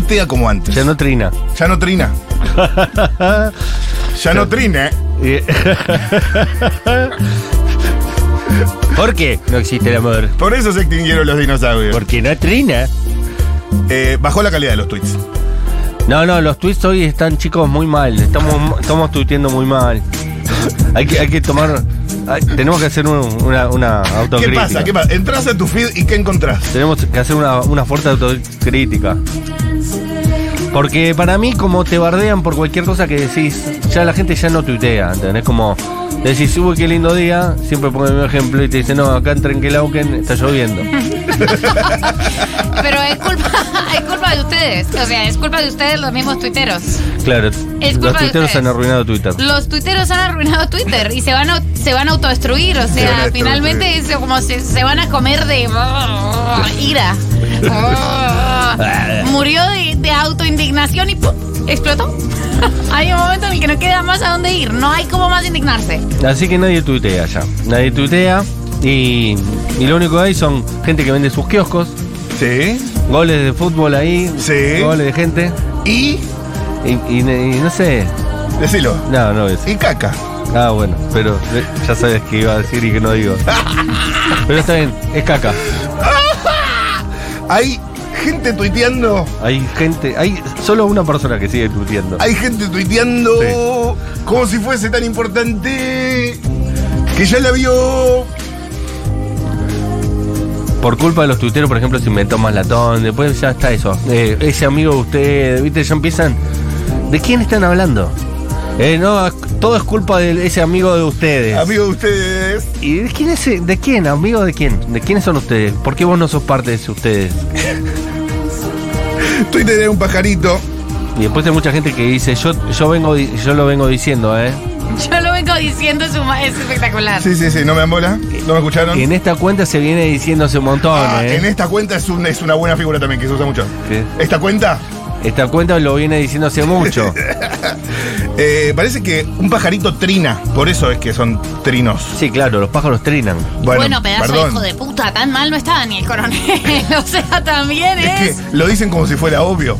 patea como antes. Ya no trina. Ya no trina. Ya no trina. Y- ¿Por qué no existe el amor? Por eso se extinguieron los dinosaurios. Porque no trina. Eh, bajó la calidad de los tweets. No, no, los tweets hoy están chicos muy mal. Estamos, estamos tuiteando muy mal. Hay que, hay que tomar. hay- tenemos que hacer un- una, una ¿Qué autocrítica. pasa? ¿Qué pasa? Entrás a tu feed y ¿qué encontrás? Tenemos que hacer una, una fuerte autocrítica. Porque para mí, como te bardean por cualquier cosa que decís, ya la gente ya no tuitea, ¿entendés? Como decís, uy, qué lindo día, siempre pongo el mismo ejemplo y te dicen, no, acá en Trenquelauquen está lloviendo. Pero es culpa, es culpa de ustedes. O sea, es culpa de ustedes los mismos tuiteros. Claro, culpa los de tuiteros ustedes. han arruinado Twitter. Los tuiteros han arruinado Twitter y se van a, se van a autodestruir. O van a sea, destruir. finalmente es como se, se van a comer de oh, ira. Oh. Murió de, de autoindignación y ¡pum! explotó. hay un momento en el que no queda más a dónde ir. No hay como más indignarse. Así que nadie tuitea ya. Nadie tuitea. Y, y lo único que hay son gente que vende sus kioscos, Sí. goles de fútbol ahí, Sí. goles de gente. Y. Y, y- y no sé. Decilo. No, no es. Y caca. Ah, bueno, pero eh, ya sabes que iba a decir y que no digo. Pero está bien, es caca. Hay gente tuiteando. Hay gente, hay solo una persona que sigue tuiteando. Hay gente tuiteando. Como si fuese tan importante. Que ya la vio. Por culpa de los tuiteros, por ejemplo, se inventó más latón, después ya está eso. Eh, ese amigo de usted, ¿viste? Ya empiezan. ¿De quién están hablando? Eh, no, todo es culpa de ese amigo de ustedes. Amigo de ustedes. ¿Y de quién es? ¿De quién? ¿Amigo de quién? ¿De quiénes son ustedes? ¿Por qué vos no sos parte de ese ustedes? Twitter era un pajarito. Y después hay mucha gente que dice, yo, yo vengo di- yo lo vengo diciendo, ¿eh? Yo lo vengo diciendo, es, un- es espectacular. Sí, sí, sí. ¿No me ambola? ¿No me escucharon? En esta cuenta se viene diciéndose un montón, Ah, ¿eh? en esta cuenta es, un- es una buena figura también que se usa mucho. Sí. Esta cuenta Esta cuenta lo viene diciéndose mucho. eh, parece que un pajarito trina, por eso es que son trinos. Sí, claro, los pájaros trinan. Bueno, Bueno, pedazo de perdón. hijo de puta, tan mal no estaba ni el coronel. o sea, también es. Es que lo dicen como si fuera obvio.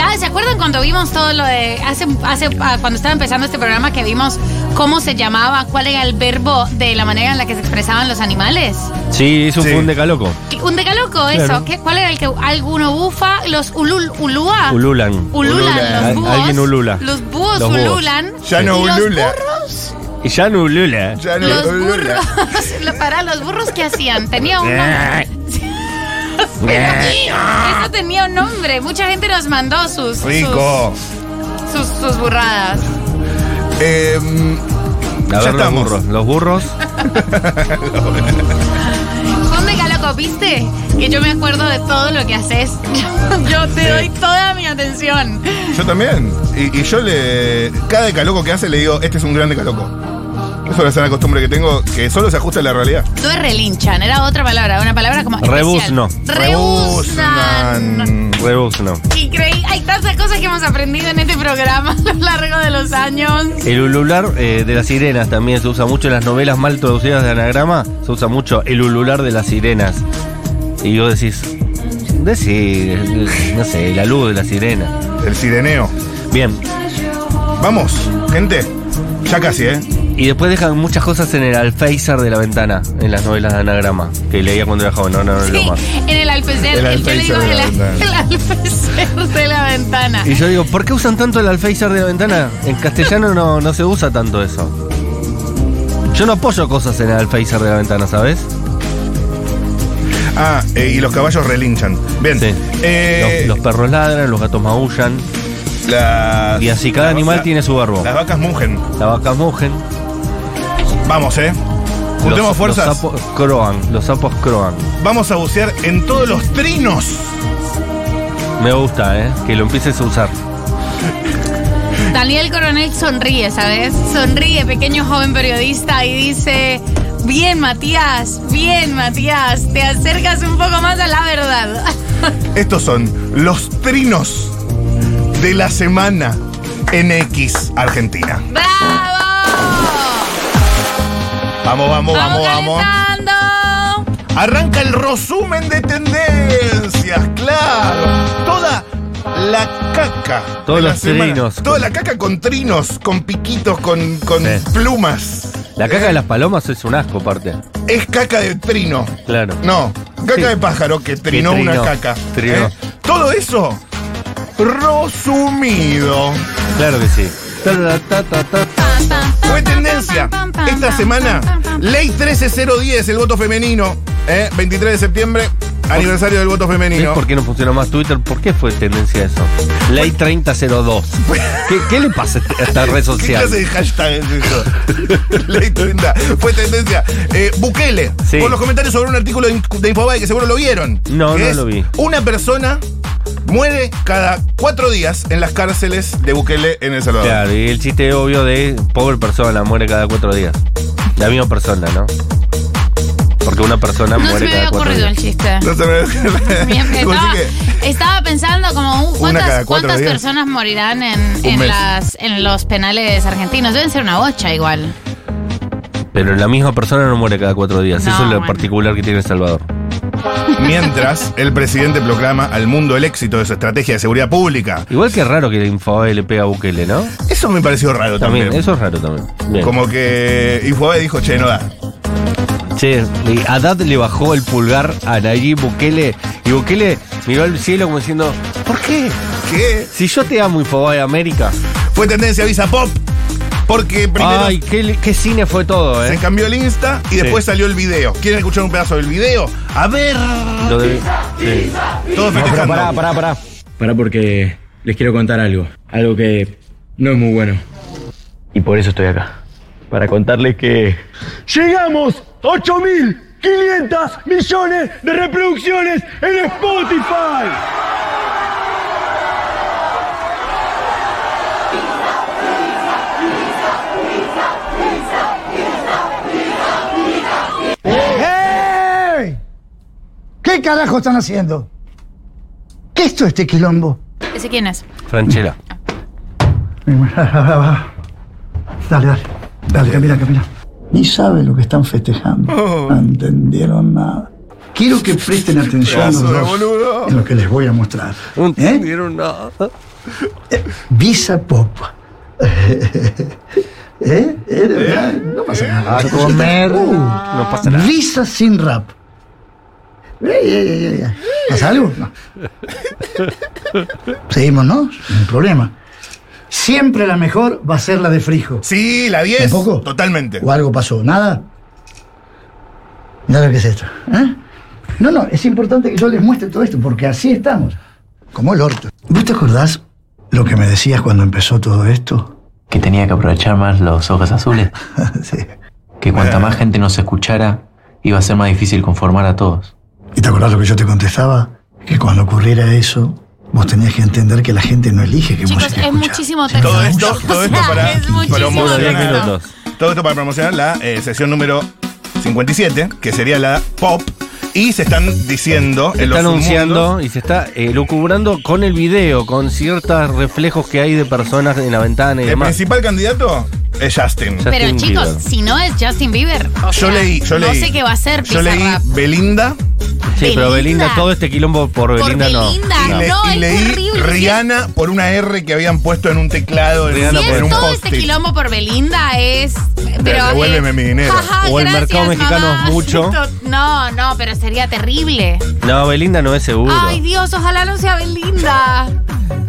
Ah, ¿Se acuerdan cuando vimos todo lo de. Hace, hace, ah, cuando estaba empezando este programa que vimos cómo se llamaba, cuál era el verbo de la manera en la que se expresaban los animales? Sí, hizo Sí. un decaloco. ¿Qué- Un decaloco, Claro. eso. ¿Qué, ¿Cuál era el que alguno bufa? Los ulul, ulúa. Ululan. Ululan, Ululan. los búhos. Al- alguien ulula. Los búhos Los búhos. ululan. Ya no ¿Y ulula. Los burros. Y ya no ulula. Ya no- Los no- no- burros. Lo- Para los burros que hacían. Tenía un nombre. Pero, eso tenía un nombre. Mucha gente nos mandó sus. sus- Rico. sus, sus burradas. Eh, A ver, Ya los estamos. burros. Los burros. Fue un decaloco, ¿viste? Que yo me acuerdo de todo lo que haces. Yo, yo te doy toda mi atención. yo también. Y, y yo le. Cada decaloco que hace le digo, este es un gran decaloco. Eso es una costumbre que tengo, que solo se ajusta a la realidad. Tú eres relinchan, era otra palabra, una palabra como. especial. Rebuzno. Rebuznan. Rebus no. Increíble. Hay tantas cosas que hemos aprendido en este programa a lo largo de los años. El ulular eh, de las sirenas también se usa mucho en las novelas mal traducidas de anagrama. Se usa mucho el ulular de las sirenas. Y vos decís, decís, no sé, la luz de la sirena. El sireneo. Bien, Vamos, gente. Ya casi, ¿eh? Y después dejan muchas cosas en el alféizar de la ventana, en las novelas de anagrama, que leía cuando era joven, no, no, no leo Sí, más. en el alfecer, El el- yo le digo alféizar de el, la ventana. el alféizar de la ventana. Y yo digo, ¿por qué usan tanto el alféizar de la ventana? En castellano no, no se usa tanto eso. Yo no apoyo cosas en el alféizar de la ventana, ¿sabes? Ah, eh, y los caballos relinchan. Bien. Sí. Eh, Los, los perros ladran, los gatos maullan, las- y así cada las animal vacas- tiene su verbo. Las vacas mugen. Las vacas mugen. Vamos, ¿eh? Juntemos los, fuerzas. Los sapos croan, los sapos croan. Vamos a bucear en todos los trinos. Me gusta, ¿eh? Que lo empieces a usar. Daniel Coronel sonríe, ¿sabes? Sonríe, pequeño joven periodista, y dice, bien Matías, bien Matías, te acercas un poco más a la verdad. Estos son los trinos de la semana en X Argentina. ¡Bravo! Vamos, vamos, vamos, Oh, vamos. calentando! Arranca el resumen de tendencias, claro. Toda caca. Todos de la los semana. trinos. Toda la caca con trinos, con piquitos, con, con Sí. plumas. La caca de las palomas es un asco, aparte. Es caca de trino. Claro. No, caca Sí. de pájaro que trinó, Que trinó, una caca. trinó. ¿eh? Todo eso resumido. Claro que sí. Ta, ta, ta, ta, ta. Fue tendencia esta semana. Ley 13010, el voto femenino. ¿eh? 23 de septiembre, aniversario del voto ¿Ves femenino. por qué no funcionó más Twitter? ¿Por qué fue tendencia eso? Ley 3002. ¿Qué, qué le pasa a esta red ¿Qué social? clase de hashtag es eso? Ley 30. Fue tendencia. Eh, Bukele, Sí. por los comentarios sobre un artículo de In- de Infobae que seguro lo vieron. No, que no es lo vi. Una persona muere cada cuatro días en las cárceles de Bukele en El Salvador. Claro, y el chiste obvio de pobre persona muere cada cuatro días. La misma persona, ¿no? Porque una persona No se muere me cada había cuatro ocurrido el días. chiste. No se me- Bien, Así Estaba, que- estaba pensando como uh, cada cuántas, cuatro cuántas días. personas morirán en, en mes. las, en los penales argentinos. Deben ser una bocha igual. Pero la misma persona no muere cada cuatro días. No, Eso es lo bueno. particular que tiene El Salvador. Mientras, el presidente proclama al mundo el éxito de su estrategia de seguridad pública. Igual que es raro que el Infobae le pega a Bukele, ¿no? Eso me pareció raro También, también. eso es raro también. Bien. Como que Infobae dijo, che, no da. Che, y Haddad le bajó el pulgar a Nayib Bukele y Bukele miró al cielo como diciendo, ¿por qué? ¿Qué? Si yo te amo Infobae América. Fue tendencia Visa Pop. Porque primero Ay, qué, qué cine fue todo, se ¿eh? cambió el Insta y Sí. después salió el video. ¿Quieren escuchar un pedazo del video? A ver. Lo de- sí. Todos No, pero festejando. pará, pará, pará. Para porque les quiero contar algo. Algo que no es muy bueno. Y por eso estoy acá. Para contarles que... ¡Llegamos! ¡8.500 millones de reproducciones en Spotify! ¡Ey! ¿Qué carajo están haciendo? ¿Qué es todo este quilombo? ¿Ese quién es? Franchela. Dale, dale. Dale, camina, camina. Ni sabe lo que están festejando. No entendieron nada. Quiero que presten atención a los Pedazo de dos boludo. en lo que les voy a mostrar. No ¿Eh? entendieron nada. Visa Pop. ¿Eh? ¿Eh? ¿De verdad? No pasa nada. A comer. No pasa nada. Visa sin rap. Ey, ey, ey, ey, ey. ¿Pasa algo? No. Seguimos, ¿no? No hay problema. Siempre la mejor va a ser la de Frijo. Sí, la 10. ¿Tampoco? Totalmente. ¿O algo pasó? ¿Nada? Mirá lo que es esto. ¿eh? No, no, es importante que yo les muestre todo esto, porque así estamos. Como el orto. ¿Vos te acordás lo que me decías cuando empezó todo esto? que tenía que aprovechar más los ojos azules, sí. que cuanta más gente nos escuchara, iba a ser más difícil conformar a todos. ¿Y te acordás lo que yo te contestaba? Que cuando ocurriera eso, vos tenías que entender que la gente no elige qué Chicos, música es escuchar. muchísimo texto. Todo esto, O todo esto sea, para es muchísimo Dura 10 texto. promocionar. minutos. Todo esto para promocionar la eh, sesión número 57, que sería la pop. Y se están diciendo Se en está los submundos- anunciando y se está eh, lucubrando con el video, con ciertos reflejos que hay de personas en la ventana y El demás. principal candidato es Justin. Justin Pero chicos, Bieber. si no es Justin Bieber, o Yo sea, leí, yo no leí. sé qué va a ser Yo Pizarra. leí Belinda Sí, pero Belinda, Belinda. todo este quilombo por Por Belinda, no. Belinda, y, le- Ah, no, y es leí horrible. Rihanna por una R que habían puesto en un teclado, en, Rihanna un- Si en es un todo este post-it. quilombo por Belinda es. Pero devuélveme es- mi dinero. Ajá, O el gracias, mercado mexicano mamá. es mucho. No, no, pero sería terrible. No, Belinda no es seguro. Ay, Dios, ojalá no sea Belinda.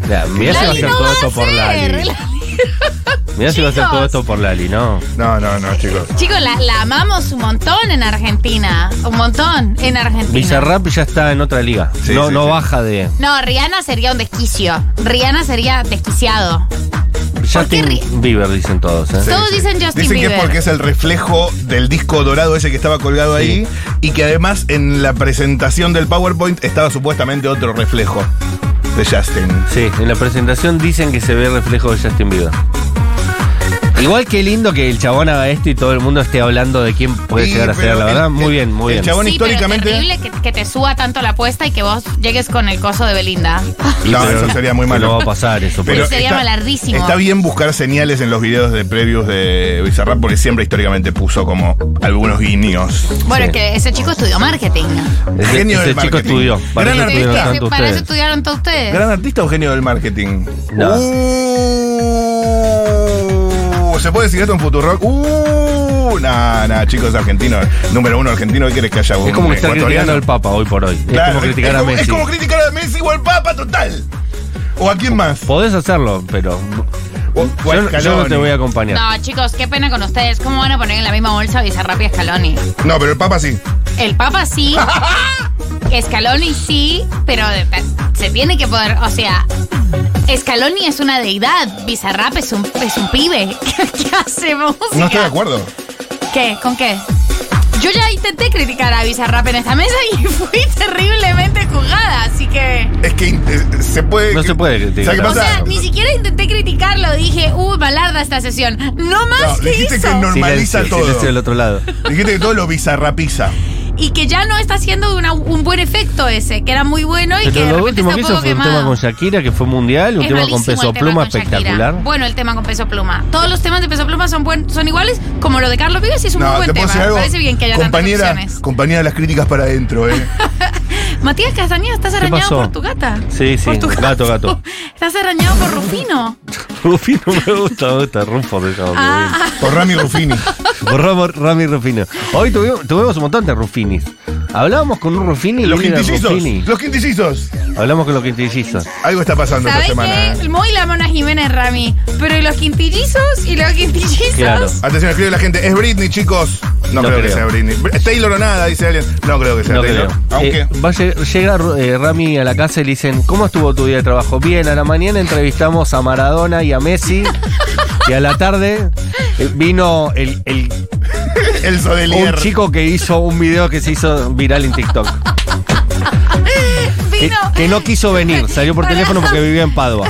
Mira, mirá si va a Lali hacer no todo va esto a por ser. Lali. Mirá si va a hacer Chicos. todo esto por Lali, no. No, no, no, chicos. Chicos, la, la amamos un montón en Argentina. Un montón en Argentina. Bizarrap ya está en otra liga. Sí, no sí, no sí. baja de. No, Rihanna sería un desquicio. Rihanna sería desquiciado. Justin ri- Bieber, dicen todos, ¿eh? Todos dicen Justin Dicen que Bieber. es porque es el reflejo del disco dorado ese que estaba colgado ahí y que además en la presentación del PowerPoint estaba supuestamente otro reflejo de Justin. Sí, en la presentación dicen que se ve el reflejo de Justin Bieber. Igual qué lindo que el chabón haga esto y todo el mundo esté hablando de quién puede Sí, llegar a pero ser, la el- verdad. el- muy bien, muy el bien. chabón- Bueno, sí, pero es históricamente- terrible que, que te suba tanto la apuesta y que vos llegues con el coso de Belinda. Y No, pero- eso sería muy que malo. No va a pasar eso. Pero pues. Sería malardísimo. Está bien buscar señales en los videos de previews de Bizarrap porque siempre históricamente puso como algunos guiños. Bueno, Sí. que ese chico estudió marketing. pues. Ese, Genio ese del chico marketing. estudió. Para Gran eso artista. estudiaron Ese- tanto para eso ustedes. estudiaron todos ustedes. ¿Gran artista o genio del marketing? No. Uh, ¿Se puede decir esto en Futurock? Uh, nah, nah, chicos argentinos. Número uno argentino, ¿qué querés que haya un Es como que estar criticando ecuatoriano? al Papa hoy por hoy. es Claro, como criticar es a como- Messi. Es como criticar a Messi o al Papa, total. ¿O a quién más? Podés hacerlo, pero O- o yo, a yo no Scaloni. te voy a acompañar. No, chicos, qué pena con ustedes. ¿Cómo van a poner en la misma bolsa Bizarrap y Scaloni? No, pero el Papa sí. El Papa sí. Scaloni sí, pero de- se tiene que poder. O sea, Scaloni es una deidad. Bizarrap es un, es un pibe. ¿Qué, hacemos? No estoy de acuerdo. ¿Qué? ¿Con qué? Yo ya intenté criticar a Bizarrap en esta mesa y fui terriblemente juzgada, así que. Es que eh, se puede. No se puede criticar. ¿Sabes qué O pasa? sea, ni siquiera intenté criticarlo. Dije, uy, malarda esta sesión. No más No, que dijiste eso. que normaliza Silencio, todo. silencio del otro lado. Dijiste que todo lo bizarrapiza. Y que ya no está haciendo una- un buen efecto ese, que era muy bueno y que Pero de lo repente último está que un hizo poco fue un tema quemado. con Shakira, que fue mundial, un Es tema con malísimo peso el tema pluma con Shakira. espectacular. Bueno, el tema con peso pluma. Todos los temas de peso pluma son, buen- son iguales, como lo de Carlos Vives, y es un muy buen tema. Me parece bien que haya compañera, tantas opciones. compañera, las críticas para adentro, ¿eh? Matías Castañeda, estás arañado pasó? por tu gata. Sí, sí, Por tu gato, gato. Estás arañado por Rufino. Rufino me gusta, me gusta, Rufo me llamo, Ah, Por Rami Ruffini. muy bien. Por Ramo- Rami Rufino. Hoy tuvimos, tuvimos un montón de Rufinis. Hablábamos con un Rufini y Los era quintillizos. Ruffini. Los quintillizos. Hablamos con los quintillizos. Algo está pasando esta ¿Sabes semana. qué? ¿eh? Muy la mona Jiménez Rami. Pero ¿y los quintillizos? ¿Y los quintillizos? Claro. Atención, escribe la gente. Es Britney, chicos. No, No creo, que creo. sea Britney. Es Taylor o nada, dice alguien. No creo que sea No Taylor. creo. Aunque. Eh, va a lleg- llega eh, Rami a la casa y le dicen, ¿cómo estuvo tu día de trabajo? Bien, a la mañana entrevistamos a Maradona y a Messi. y a la tarde eh, vino el, el- el un Sodelier. chico que hizo un video que se hizo viral en TikTok. Que, Vino- que no quiso venir, salió por Pará. teléfono porque vivía en Padua.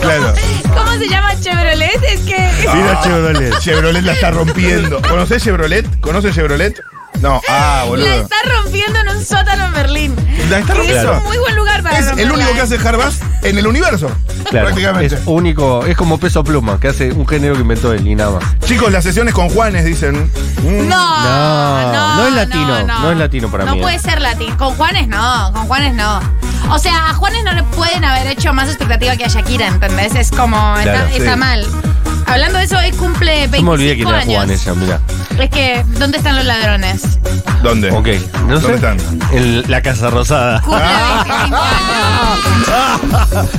Claro. ¿Cómo se llama Chevrolet? Es que. Mira Chevrolet. Ah. Chevrolet la está rompiendo. ¿Conoces Chevrolet? ¿Conoces Chevrolet? No. Ah, boludo. La está rompiendo en un sótano en Berlín. La está Que rompiendo. Es un muy buen lugar para Es el romperla, único que ¿eh? hace Harbass en el universo. Claro, prácticamente. es único, es como peso pluma, que hace un género que inventó él y nada más. Chicos, las sesiones con Juanes dicen. mm, No, No, no, no es latino, no es latino para mí, No puede eh. ser latino. Con Juanes no, con Juanes no. O sea, a Juanes no le pueden haber hecho más expectativa que a Shakira, ¿entendés? Es como, Claro, está, está sí. mal. Hablando de eso, hoy cumple 25 Yo me olvidé que era años. Juan ella, mira. Es que, ¿dónde están los ladrones? ¿Dónde? Ok, no sé. ¿Dónde están? En la Casa Rosada. Cumple Ah. 25 años.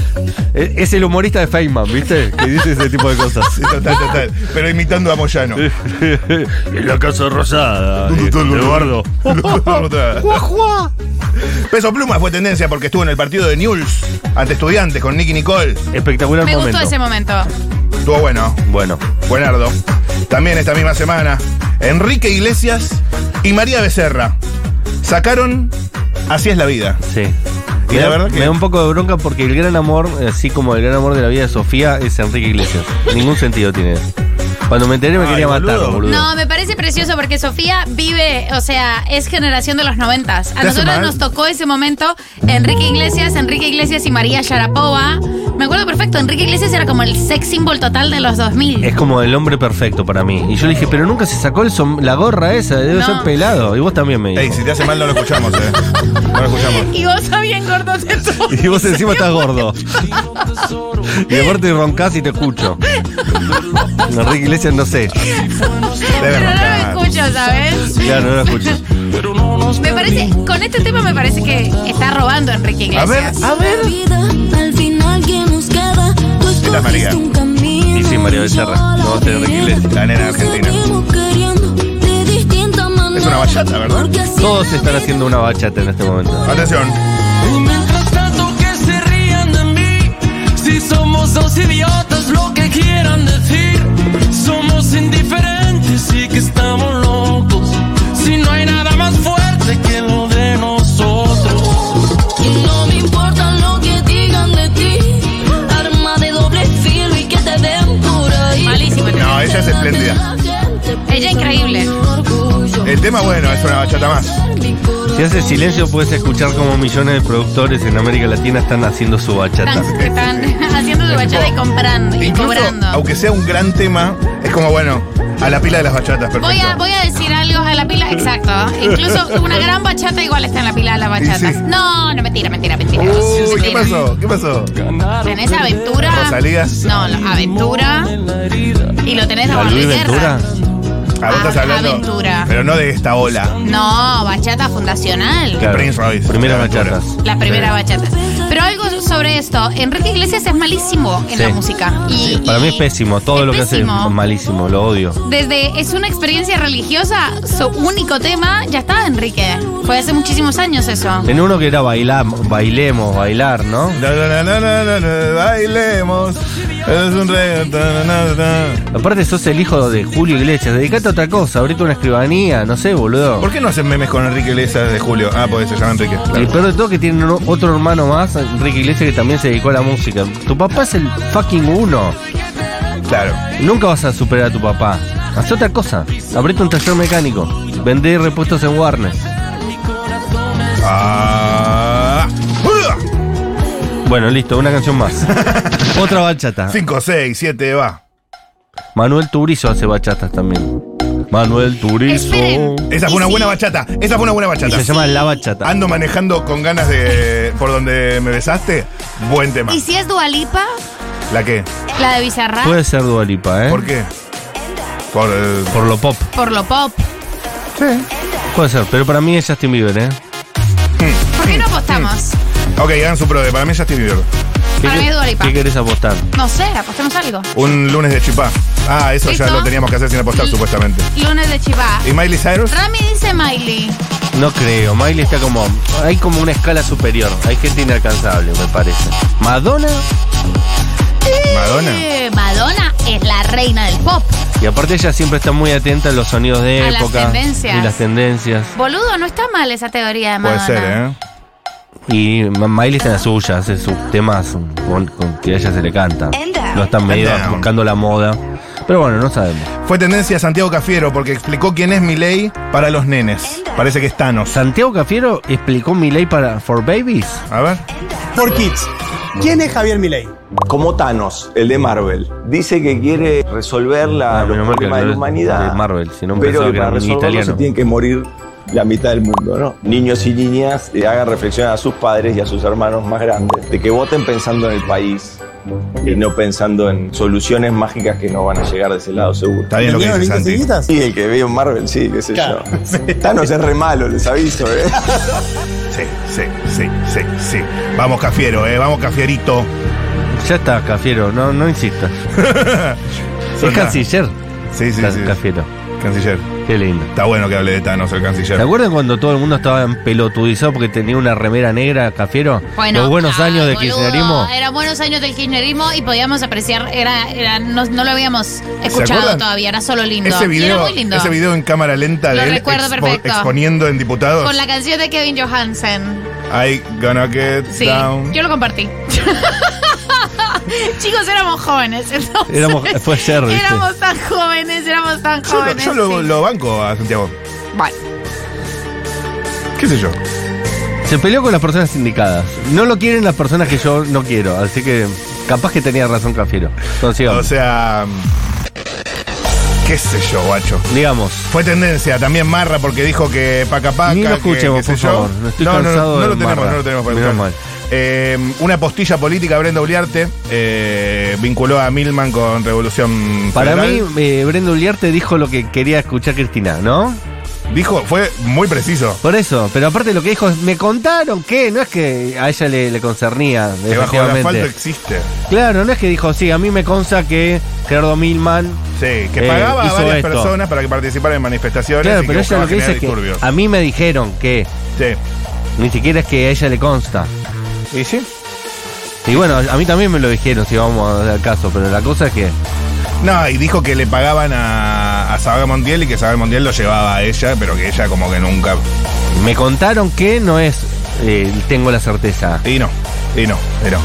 E- Es el humorista de Feynman, ¿viste? Que dice ese tipo de cosas. Sí, total, total. Pero imitando a Moyano. En la Casa Rosada. eh, Eduardo. Peso Pluma fue tendencia porque estuvo en el partido de News ante estudiantes con Nicky Nicole. Espectacular Me momento. gustó ese momento. Estuvo bueno. Bueno, Buenardo. También esta misma semana, Enrique Iglesias y María Becerra sacaron Así es la vida. sí. Y me, la da, verdad que- me da un poco de bronca porque el gran amor, así como el gran amor de la vida de Sofía, es Enrique Iglesias. Ningún sentido tiene. Cuando me enteré me Ay, quería matar, boludo. boludo. No, me parece precioso porque Sofía vive, o sea, es generación de los noventas. A hace nosotros mal? nos tocó ese momento Enrique Iglesias, Enrique Iglesias y María Sharapova. Me acuerdo perfecto, Enrique Iglesias era como el sex symbol total de los 2000. Es como el hombre perfecto para mí. Y yo le dije, pero nunca se sacó el som- la gorra esa, debe No. ser pelado. Y vos también me Ey, dijiste. si te hace mal no lo escuchamos, eh. No lo escuchamos. Y vos sos bien gordo de todo. Y vos encima estás gordo. y aparte roncás y te escucho. Enrique Iglesias no sé. Debe Pero no roncar. lo escucho, ¿sabes? Ya no lo escucho. Me parece, con este tema me parece que está robando Enrique A Iglesias. ver, Ah, a ver. Al final que nos queda, tú Esta es María. escogiste un camino. Y sí, María Becerra. No, este es Enrique Iglesias. La nena argentina. Seguimos queriendo de distinta manera. Es una bachata, ¿verdad? Porque así Todos la están vida haciendo una bachata en este momento. Atención. Y mientras tanto que se rían de mí, si somos dos idiotas, lo que quieran decir, somos indiferentes y que estamos locos. Si no hay nada más fuerte que lo de nosotros. Y no me importa lo que digan de ti, arma de doble filo y que te den tema, bueno, es una bachata más. Eh, Si haces silencio, puedes escuchar como millones de productores en América Latina están haciendo su bachata. Están, están haciendo su bachata y comprando y Incluso, cobrando. aunque sea un gran tema, es como, bueno, a la pila de las bachatas, perfecto. Voy a, voy a decir algo a la pila, exacto. Incluso una gran bachata igual está en la pila de las bachatas. sí. No, no, mentira, mentira, mentira. Uy, ¿qué Mentira. pasó? ¿Qué pasó? Tenés aventura. ¿Rosalías? No, la aventura. Y lo tenés a ¿La Luis Barrio Ventura? Guerra. Ah, vos estás Ah, hablando. Aventura. Pero no de esta ola. No, bachata fundacional. Claro. Prince Royce. Primeras Aventura. bachatas. La primera bachata. Pero algo sobre esto. Enrique Iglesias es malísimo en Sí. la música. Y, Para mí y- es pésimo, todo es lo que hace es pésimo. malísimo, lo odio. Desde es una experiencia religiosa, su único tema, ya está, Enrique. Fue hace muchísimos años eso. Tenía uno que era bailar, bailemos, bailar, ¿no? La, la, la, la, la, la, la, bailemos. Es un reggaetón. na, na, na. Aparte sos el hijo de Julio Iglesias, dedicate a otra cosa, abrite una escribanía, no sé, boludo. ¿Por qué no hacen memes con Enrique Iglesias de Julio? Ah, porque se llama Enrique. claro. El peor de todo es que tienen o- otro hermano más, Enrique Iglesias, que también se dedicó a la música. Tu papá es el fucking uno. Claro. Nunca vas a superar a tu papá. Haz otra cosa. Abrete un taller mecánico. Vendé repuestos en Warner. Ah. Bueno, listo, una canción más. otra bachata. 5, 6, 7, va. Manuel Turizo hace bachatas también. Manuel Turizo. Esperen. Esa Y fue una sí. buena bachata. Esa fue una buena bachata. Se llama La Bachata. Ando manejando con ganas de. por donde me besaste. Buen tema. ¿Y si es Dualipa? ¿La qué? ¿Eh? La de Bizarra. Pues- Puede ser Dualipa, ¿eh? ¿Por qué? Por. eh, Por lo pop. Por lo pop. Puede ser, pero para mí es Justin Bieber, ¿eh? ¿Por qué no apostamos? Ok, hagan su pro de. Para mí ya estoy viviendo. ¿Qué, Para mí es Dua Lipa. qué querés apostar? No sé, apostemos algo. Un lunes de chipá. Ah, eso ya ¿Listo? lo teníamos que hacer sin apostar, Y- supuestamente. Lunes de Chivá. ¿Y Miley Cyrus? Rami dice Miley. No creo, Miley está como... Hay como una escala superior, hay gente inalcanzable, me parece. ¿Madonna? Madonna. Eh, Madonna es la reina del pop. Y aparte ella siempre está muy atenta a los sonidos de A las época. tendencias. Y las tendencias. Boludo, no está mal esa teoría de Puede Madonna. ser, ¿eh? Y Ma- Miley está en la suya, hace sus temas con, con que a ella se le canta. No está medio down. buscando la moda. Pero bueno, no sabemos. Fue tendencia Santiago Cafiero porque explicó quién es Miley para los nenes. Parece que es Thanos. Santiago Cafiero explicó mi ley para For Babies. A ver. For Kids. ¿Quién es Javier Milei? Como Thanos, el de Marvel. Dice que quiere resolver la, Ah, los menos mal que problemas no de la es humanidad. de Marvel, si no me pero pensaba que que era para un resolverlo italiano. se tienen que morir la mitad del mundo, ¿no? Niños y niñas eh, hagan reflexionar a sus padres y a sus hermanos más grandes de que voten pensando en el país y no pensando en soluciones mágicas que no van a llegar de ese lado, seguro. Está bien lo que dice Santi. Sí, el que veo en Marvel, sí, qué sé Claro, yo. Thanos es re malo, les aviso, ¿eh? Sí, sí, sí, sí, sí. Vamos, Cafiero, ¿eh? Vamos, Cafierito. Ya está, Cafiero, no, no insistas. es Suena. canciller. Sí, sí, Ca- sí. Cafiero. Canciller. Qué lindo. Está bueno que hable de Thanos, el ¿Se canciller. acuerdan cuando todo el mundo estaba empelotudizado porque tenía una remera negra, Cafiero? Bueno, Los buenos ah, años de boludo, kirchnerismo. Eran buenos años del kirchnerismo y podíamos apreciar, era, era- no, no lo habíamos escuchado acuerdan? todavía, era solo lindo. Ese Y era video, muy lindo. ese video en cámara lenta Lo de él recuerdo perfecto. exponiendo en diputados. Con la canción de Kevin Johansen. I gonna get Sí, down. yo lo compartí. Chicos, éramos jóvenes. entonces- Éramos- fue ayer, ¿viste? Éramos tan jóvenes, éramos tan Yo, lo, jóvenes. yo lo- sí. lo banco a Santiago. Vale. ¿Qué sé yo? eh. Se peleó con las personas indicadas. No lo quieren las personas que yo no quiero. Así que capaz que tenía razón Cafiero. Entonces, O digamos, sea. ¿Qué sé yo, guacho? digamos, Fue tendencia también Marra porque dijo que paca paca. Ni lo que- escuchemos, que por sé yo. favor. No estoy no, no, cansado no, de lo tenemos, Marra. no lo tenemos para Menos escuchar. mal. Eh, una postilla política, Brenda Uliarte, eh, vinculó a Milman con Revolución para mí, Federal. eh, Brenda Uliarte dijo lo que quería escuchar Cristina, ¿no? Dijo, fue muy preciso. Por eso, pero aparte lo que dijo es, me contaron que, no es que a ella le, le concernía, Que bajo el asfalto efectivamente. existe. Claro, no es que dijo, sí, a mí me consta que Gerardo Milman... Sí, que Eh, pagaba a hizo varias esto. personas para que participaran en manifestaciones. Claro, y pero ella buscaba lo que dice es generar que disturbios. a mí me dijeron que, ni siquiera es que a ella le consta. Sí. ¿Y sí? Y bueno, a mí también me lo dijeron, si vamos al caso, pero la cosa es que... No, y dijo que le pagaban a, a Saga Montiel y que Saga Montiel lo llevaba a ella, pero que ella como que nunca. Me contaron que no es eh, tengo la certeza. Y no, y no, y no.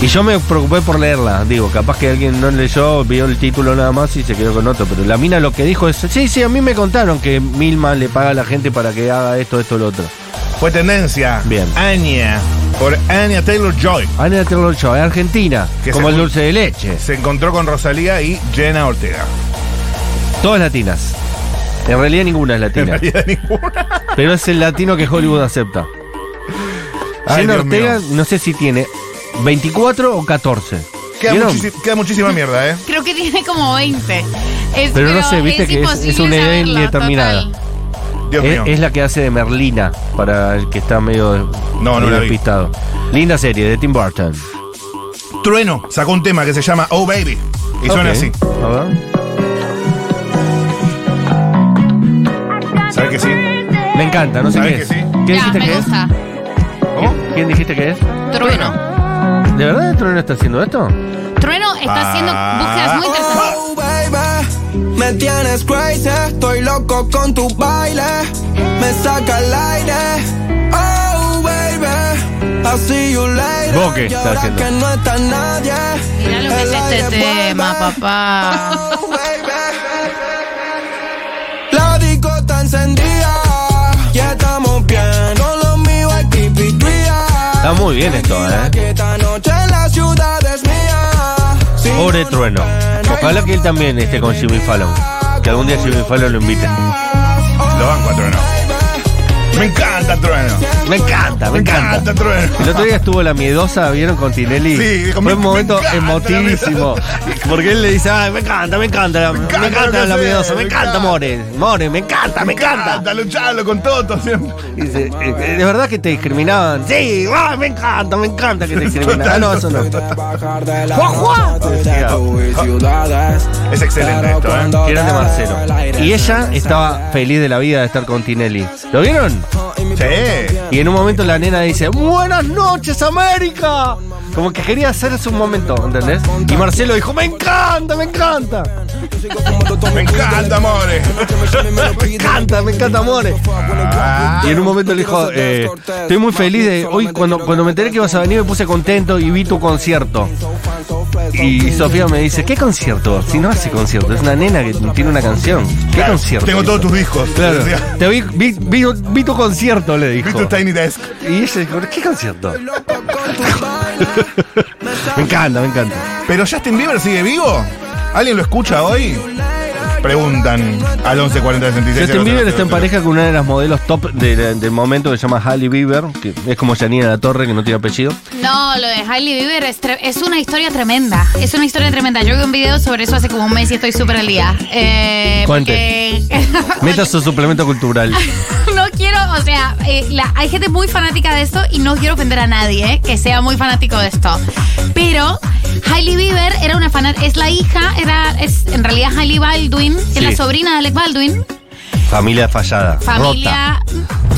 Y yo me preocupé por leerla, digo, capaz que alguien no leyó, vio el título nada más y se quedó con otro, pero la mina lo que dijo es, sí, sí, a mí me contaron que Milma le paga a la gente para que haga esto, esto, lo otro. Fue tendencia. Bien. Anya. Por Anya Taylor Joy. Anya Taylor-Joy, Argentina, Que como se- el dulce de leche, Se encontró con Rosalía y Jenna Ortega. todas latinas. En realidad ninguna es En latina, realidad ninguna. pero es el latino que Hollywood acepta. Ay, Jenna Dios Ortega, mío. no sé si tiene 24 o 14. Queda, ¿Vieron? muchisi- queda muchísima mierda, ¿eh? Creo que tiene como 20. Es- Pero no sé, viste que es- es imposible una idea saberlo, indeterminada. total. Dios Es, mío. es la que hace de Merlina, para el que está medio, de- No, no medio la vi. despistado. Linda serie de Tim Burton. Trueno sacó un tema que se llama Oh Baby. Y suena Ok. así. A ver. ¿Sabes que sí? Me encanta, no sé ¿Sabés qué es. que sí? ¿Qué Ya, dijiste me que es? gusta. ¿Cómo? ¿Quién dijiste que es? Trueno. ¿De verdad el trueno está haciendo esto? Trueno está haciendo Ah. búsquedas muy interesantes. Oh, baby, me tienes crazy, estoy loco con tu baile, me saca el aire. Oh, baby, I'll see you later. Boque Y está ahora haciendo. que no está nadie. Mirá lo que es el este aire tema, vuelve. papá. Oh, baby. La disco está encendida, ya estamos bien, no lo mío es tipicuía. Está muy bien esto, ¿eh? Que esta noche la ciudad es mía. Si Pobre no trueno. Ojalá que él también esté con Jimmy Fallon. Que algún día Jimmy Fallon lo invite. Lo banco a Trueno. Me encanta Trueno. Me encanta, me encanta. Trueno. El otro día estuvo la miedosa, ¿vieron con Tinelli? Sí, dijo, Fue me- un momento me encanta la emotivísimo. Porque él le dice, ay, me encanta, me encanta, la- me encanta, encanta lo que la hace, miedosa, me me encanta, encanta". More, More, me encanta, me encanta. lucharlo con todo siempre. Y dice, "Eh, eh, de verdad que te discriminaban. Sí, ay, me encanta, me encanta que te discriminaban. Ah, no, eso no. bajar de la ¡Juajua! moto de tus ciudades. Es excelente Pero esto, ¿eh? cuando Que eran de te Marcelo. veo el aire Y ella se estaba feliz de la vida de estar con Tinelli. ¿Lo vieron? Sí. Y en un momento la nena dice, buenas noches América. Como que quería hacerse un momento, ¿entendés? Y Marcelo dijo, me encanta, me encanta. Me encanta, amores. Me encanta, me encanta, amores. Ah, Y en un momento le dijo, eh, estoy muy feliz de hoy, cuando, cuando me enteré que ibas a venir me puse contento y vi tu concierto. Y Sofía me dice, ¿qué concierto? Si no hace concierto, es una nena que tiene una canción. ¿Qué claro, concierto? Tengo todos tus discos. Claro, Decía, te vi, vi, vi- vi tu concierto, le Vi dijo. tu Tiny Desk. Y ella dijo, ¿qué concierto? me encanta, me encanta. ¿Pero Justin Bieber sigue vivo? ¿Alguien lo escucha hoy? Preguntan al 114066. Justin Bieber está en pareja con una de las modelos top de- de- del momento que se llama Halle Bieber, que es como Janina La Torre, que no tiene apellido. No, lo de Hailey Bieber es, tre- es una historia tremenda. Es una historia tremenda. Yo vi un video sobre eso hace como un mes y estoy súper al día. Eh, Cuente. porque- Meta su suplemento cultural. no quiero, o sea, eh, la- hay gente muy fanática de esto y no quiero ofender a nadie eh, que sea muy fanático de esto. Pero Hailey Bieber era una fanática, es la hija, era, es en realidad Hailey Baldwin, Sí. es la sobrina de Alec Baldwin. Familia fallada. Rota. Familia.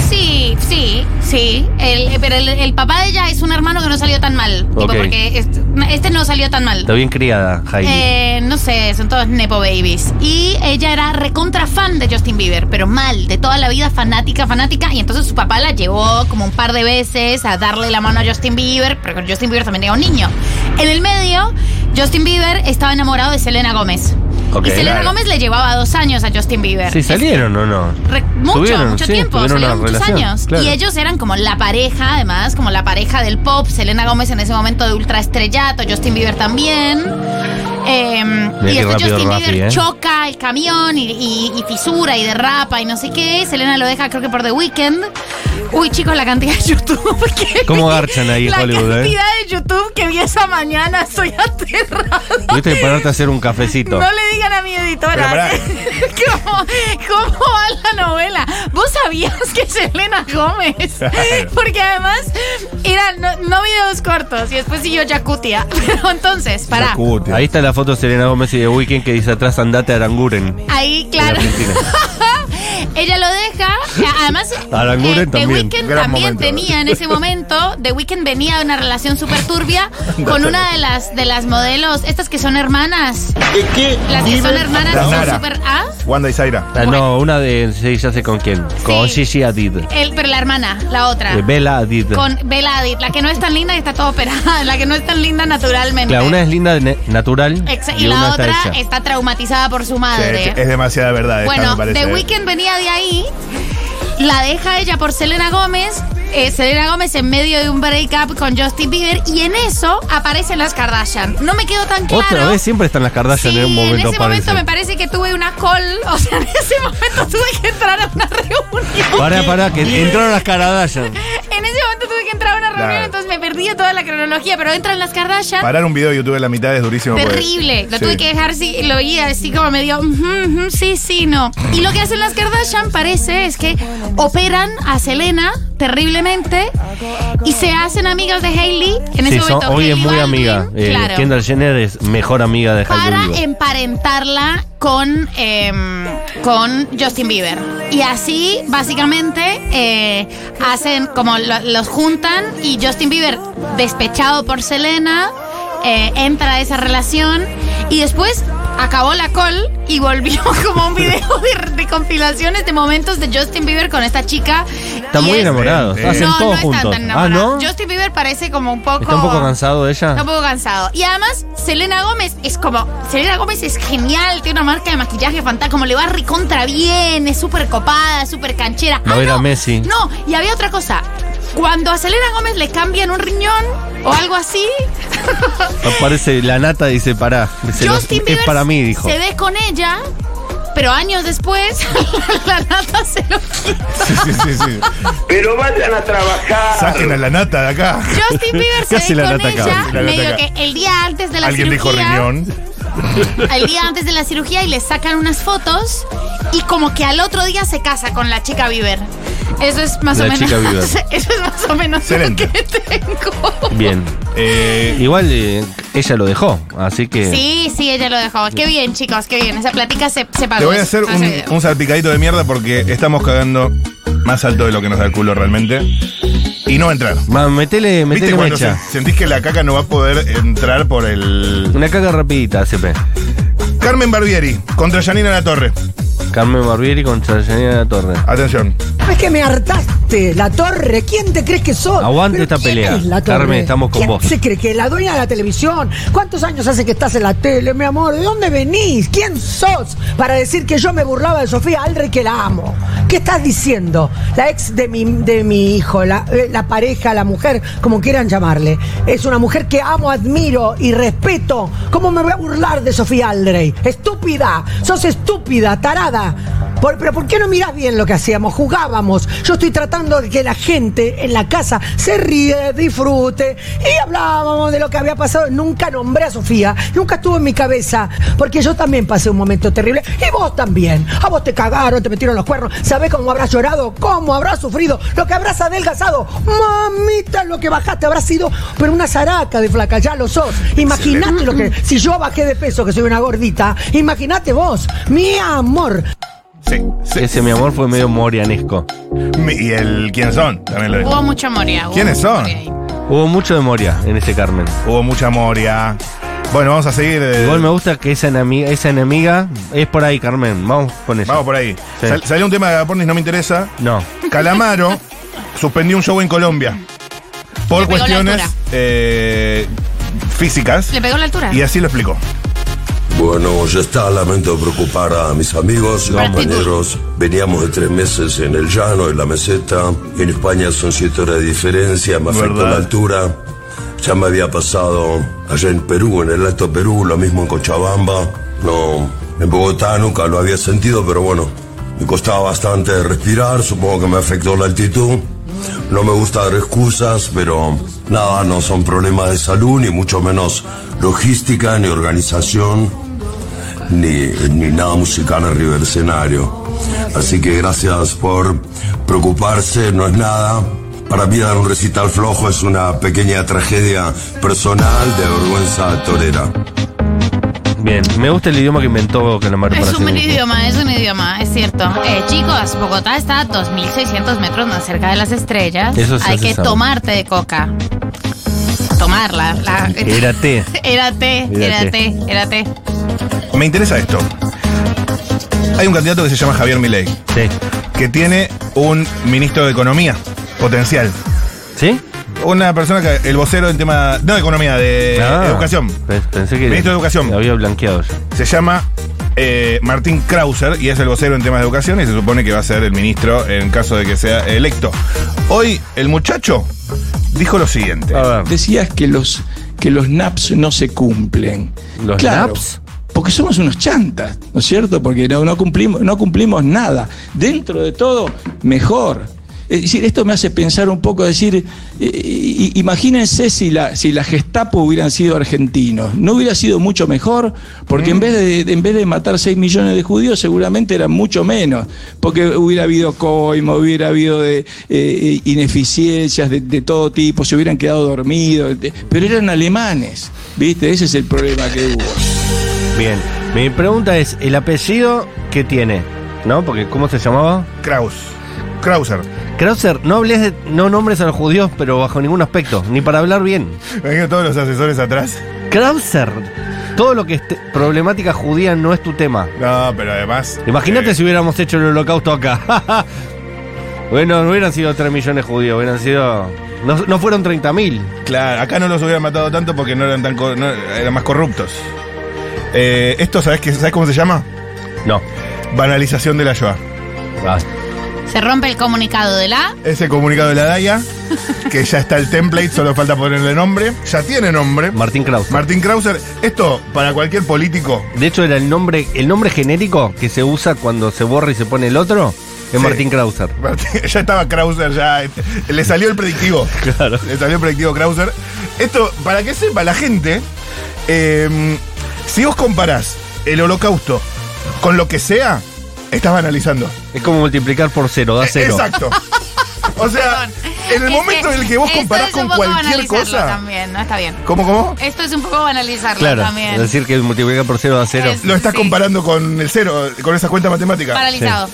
Sí, sí, sí. El- pero el, el papá de ella es un hermano que no salió tan mal. Tipo, Ok. porque este, este no salió tan mal. Está bien criada, Hailey. Eh, no sé, son todos Nepo Babies. Y ella era recontra fan de Justin Bieber, pero mal, de toda la vida fanática, fanática. Y entonces su papá la llevó como un par de veces a darle la mano a Justin Bieber, pero con Justin Bieber también era un niño. En el medio, Justin Bieber estaba enamorado de Selena Gómez. Ok, y Selena claro. Gómez le llevaba dos años a Justin Bieber. ¿Sí salieron o no? Re- mucho, Tuvieron, mucho sí, tiempo, tuvieron salieron una muchos relación, años. claro. Y ellos eran como la pareja, además, como la pareja del pop. Selena Gómez en ese momento de ultra estrellato, Justin Bieber también. Eh, qué y después rápido Justin Rafi, Bieber eh. choca el camión y, y- y fisura y derrapa y no sé qué. Selena lo deja, creo que por The Weeknd. Uy, chicos, la cantidad de YouTube que. ¿Cómo garchan ahí en La Hollywood, eh? cantidad de YouTube que vi esa mañana, estoy aterrada. Tuviste que pararte a hacer un cafecito. No le digan a mi Pero editora pará. ¿Cómo, cómo va la novela. Vos sabías que es Elena Gómez. Porque además eran no, no videos cortos y después siguió Yakutia. Pero entonces, pará. Yakutia. Ahí está la foto de Selena Gómez y de Weekend que dice atrás andate a Aranguren. Ahí, En claro. Argentina. Ella lo deja. a- Además, eh, A la Guren The también. Weeknd Gran también momento. tenía en ese momento. The Weeknd venía de una relación súper turbia con una de las de las modelos, estas que son hermanas. qué? Las que son hermanas La son Nara. súper. ¿Ah? Wanda y Zaira. Ah, no, una de. Sí, ya sé con quién. Con Sí. Gigi Hadid. El- pero la hermana, la otra. Eh, Bella Hadid. Con Bella Hadid, la que no es tan linda y está toda operada, la que no es tan linda naturalmente. Claro, una es linda de ne- natural. Exa- y, y la una otra está está, hecha. traumatizada por su Sí, madre. es, es demasiada verdad. esta, Bueno, me The parece. ¿eh? Weeknd venía de ahí, la deja ella por Selena Gómez, eh, Selena Gómez en medio de un break up con Justin Bieber y en eso aparecen las Kardashian. No me quedó tan claro. Otra vez siempre están las Kardashian Sí, en un momento ese momento aparecen. me parece que tuve una call, o sea, en ese momento tuve que entrar a una reunión. Pará, pará, que entraron las Kardashian. En ese momento tuve que entrar a una reunión, Claro. entonces me perdí de toda la cronología, pero entran las Kardashian. Parar un video de YouTube en la mitad es durísimo. porque- Terrible. Lo Sí. tuve que dejar, sí, lo oí así como medio, ujú, ujú, sí, sí, no. Y lo que hacen las Kardashian parece es que operan a Selena terriblemente y se hacen amigas de Hailey. En sí, ese son- momento, hoy es Hailey muy Baldwin, amiga. Eh, claro, Kendall Jenner es mejor amiga de para Hailey Bieber. emparentarla con, em, con Justin Bieber. Y así, básicamente, eh, hacen como lo- los juntan y Justin Bieber, despechado por Selena, eh, entra a esa relación y después acabó la call y volvió como un video de, de compilaciones de momentos de Justin Bieber con esta chica. Están Y muy es- enamorados. Sí, sí. Hacen No, todo no están juntos. tan ah, enamorados. ¿no? Justin Bieber parece como un poco... ¿Está un poco cansado de ella? Está un poco cansado. Y además, Selena Gómez es como. Selena Gómez es genial, tiene una marca de maquillaje fantástica, como le va recontra bien, es súper copada, súper canchera. No Ah, era Messi. No, y había otra cosa. Cuando a Selena Gómez le cambian un riñón o algo así, Aparece la nata y dice, pará. dice, "Los- Justin Bieber es para mí, dijo. se ve con ella, pero años después, la nata se lo quita. Sí, sí, sí, sí. Pero vayan a trabajar. Saquen a la nata de acá. Justin Bieber se Casi ve la con nata acaba, ella, casi la nata medio acaba. que el día antes de la Alguien dijo cirugía. riñón. al día antes de la cirugía y le sacan unas fotos y como que al otro día se casa con la chica Bieber. Eso es más La o menos. chica Bieber. Eso es más o menos Excelente. lo que tengo. Bien. Eh, Igual eh, ella lo dejó, así que. Sí, sí, ella lo dejó. Qué bien, chicos, qué bien. Esa platica se, se pagó. Te voy a hacer Con ese un, video. un salpicadito de mierda porque estamos cagando más alto de lo que nos da el culo realmente. Y no entrar. Ma, metele, ¿Viste metele cuando mecha. se- sentís que la caca no va a poder entrar por el. Una caga rapidita, CP. Carmen Barbieri contra Janina La Torre. Carmen Barbieri contra Janina de la Torre. Atención. Es que me hartaste, la torre. ¿Quién te crees que sos? Aguante ¿Pero esta quién pelea. es la torre? Carmen, estamos con ¿Quién vos. se cree que la dueña de la televisión? ¿Cuántos años hace que estás en la tele, mi amor? ¿De dónde venís? ¿Quién sos para decir que yo me burlaba de Sofía Aldrich que la amo? ¿Qué estás diciendo? La ex de mi, de mi hijo, la, eh, la pareja, la mujer, como quieran llamarle. Es una mujer que amo, admiro y respeto. ¿Cómo me voy a burlar de Sofía Aldrey? Estúpida, sos estúpida, tarada. Por- pero ¿por qué no mirás bien lo que hacíamos? Jugábamos. Yo estoy tratando de que la gente en la casa se ríe, disfrute. Y hablábamos de lo que había pasado. Nunca nombré a Sofía. Nunca estuvo en mi cabeza. Porque yo también pasé un momento terrible. Y vos también. A vos te cagaron, te metieron los cuernos. ¿Sabés cómo habrás llorado? ¿Cómo habrás sufrido? Lo que habrás adelgazado. Mamita, lo que bajaste habrá sido. Pero una zaraca de flaca. Ya lo sos. Imaginate lo que. Si yo bajé de peso, que soy una gordita. Imaginate vos. Mi amor. Sí, sí. Ese, mi amor, fue medio morianesco. Y el quién son, también lo dijo. Hubo mucho Moria. hubo ¿Quiénes mucho son? Moria ahí. Hubo mucho de Moria en ese Carmen. Hubo mucha moria. Bueno, vamos a seguir. eh, Igual me gusta que esa enemiga, esa enemiga es por ahí, Carmen. Vamos con eso. Vamos por ahí. Sí. Sal- salió un tema de Pornis, no me interesa. No. Calamaro suspendió un show en Colombia por Le pegó la cuestiones altura. eh, físicas. Le pegó la altura. Y así lo explicó. Bueno, ya está, lamento preocupar a mis amigos, compañeros. Veníamos de tres meses en el llano, en la meseta. En España son siete horas de diferencia, me afectó ¿Verdad? la altura. Ya me había pasado allá en Perú, en el Alto Perú, lo mismo en Cochabamba. No, en Bogotá nunca lo había sentido, pero bueno, me costaba bastante respirar, supongo que me afectó la altitud. No me gusta dar excusas, pero nada, no son problemas de salud, ni mucho menos logística, ni organización ni, ni nada musical arriba del escenario. Así que gracias por preocuparse, no es nada. Para mí dar un recital flojo es una pequeña tragedia personal de vergüenza torera. Bien, me gusta el idioma que inventó Calamaro Es para un hacer esto. idioma, es un idioma, es cierto. Eh, chicos, Bogotá está a 2.600 metros más cerca de las estrellas. Eso sí Hay se que sabe. tomarte de coca. Tomarla. la- Era té. Era té, Era era té. té, era té. Me interesa esto. Hay un candidato que se llama Javier Milei. Que tiene un ministro de Economía potencial. ¿Sí? Una persona que el vocero en tema. No de economía, de Ah, Eh, educación. pe- Pensé que Ministro de Educación. había blanqueado ya. Se llama eh, Martín Krauser y es el vocero en temas de educación y se supone que va a ser el ministro en caso de que sea electo. Hoy el muchacho dijo lo siguiente. Decías que los, que los NAPS no se cumplen. ¿Los Claro, NAPS? Porque somos unos chantas, ¿no es cierto? Porque no, no cumplimos, no cumplimos nada. Dentro de todo, mejor. Es decir, esto me hace pensar un poco, decir, eh, i- imagínense si la, si la Gestapo hubieran sido argentinos. No hubiera sido mucho mejor, porque en, vez de, en vez de matar 6 millones de judíos, seguramente eran mucho menos. Porque hubiera habido coimo, hubiera habido de, eh, ineficiencias de, de todo tipo, se hubieran quedado dormidos. de- Pero eran alemanes, ¿viste? Ese es el problema que hubo. Bien. Mi pregunta es: ¿el apellido que tiene? ¿No? Porque ¿cómo se llamaba? Kraus. Krauser. Krauser, no hables de- no nombres a los judíos, pero bajo ningún aspecto, ni para hablar bien. Venga todos los asesores atrás. Krauser, todo lo que es te- problemática judía no es tu tema. No, pero además. eh, Imagínate si hubiéramos hecho el holocausto acá. bueno, no hubieran sido 3 millones de judíos, hubieran sido. No, no fueron 30.000. Claro, acá no los hubieran matado tanto porque no eran tan co- no, eran más corruptos. Eh, esto, ¿sabes, qué, ¿sabes cómo se llama? No. Ah, Banalización de la Shoah. Se rompe el comunicado de la. Ese comunicado de la DAIA, que ya está el template, solo falta ponerle nombre. Ya tiene nombre. Martín Krauser. Martín Krauser, esto para cualquier político. De hecho, era el nombre, el nombre genérico que se usa cuando se borra y se pone el otro, es Sí. Martín Krauser. Martín- ya estaba Krauser, ya eh, le salió el predictivo. Claro. Le salió el predictivo Krauser. Esto, para que sepa la gente, eh, si vos comparás el holocausto con lo que sea, estás banalizando. Es como multiplicar por cero, da cero. Exacto. O sea, en el Es momento en el que vos esto comparás es un con poco cualquier banalizarlo cosa. También, no está bien. ¿Cómo, cómo? Esto es un poco banalizarlo Claro, es también. decir que multiplicar por cero da cero. Lo estás comparando con el cero, con esas cuentas matemáticas. Paralizado.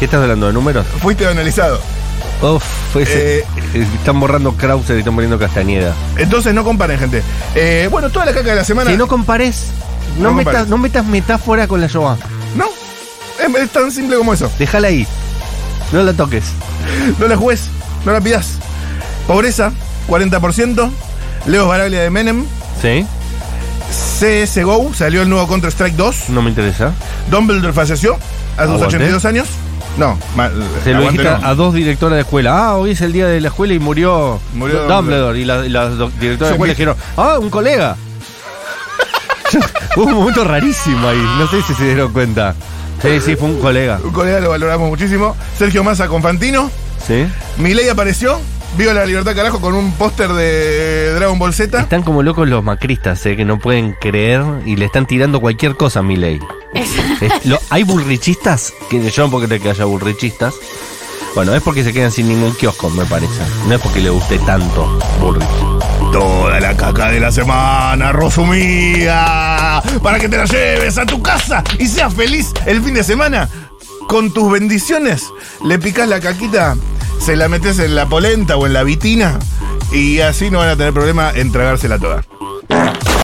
¿Qué estás hablando de números? Fuiste analizado. Uf, fue ese- están borrando Krauser y están poniendo Castañeda. Entonces no comparen, gente. Eh, bueno, toda la caca de la semana. Si no compares, no, No metas, compares. no metas metáfora con la yoga. No, es, es tan simple como eso. Déjala ahí. No la toques. No la jugues, no la pidas. Pobreza, 40%. Leo Baraglia de Menem. Sí, CSGO, salió el nuevo Counter-Strike 2. no me interesa. Dumbledore falleció a sus Aguante. 82 años. No, mal, Se lo aguante dijiste no. a dos directoras de escuela. Ah, hoy es el día de la escuela y murió, Murió Dumbledore. Y la- y las do- directoras de escuela Sí, muy- dijeron, ah, un colega. Hubo un momento rarísimo ahí. No sé si se dieron cuenta. Sí, sí, fue un colega. Un colega lo valoramos muchísimo. Sergio Massa con Fantino. ¿Sí? Milei apareció. Vio la libertad carajo con un póster de Dragon Ball Z. Están como locos los macristas, eh, que no pueden creer y le están tirando cualquier cosa a mi ley. hay burrichistas, que yo no puedo creer que haya burrichistas. Bueno, es porque se quedan sin ningún kiosco, me parece. No es porque le guste tanto Burrich. Toda la caca de la semana, resumida. Para que te la lleves a tu casa y seas feliz el fin de semana. Con tus bendiciones, le picas la caquita, se la metes en la polenta o en la vitina. Y así no van a tener problema en tragársela toda.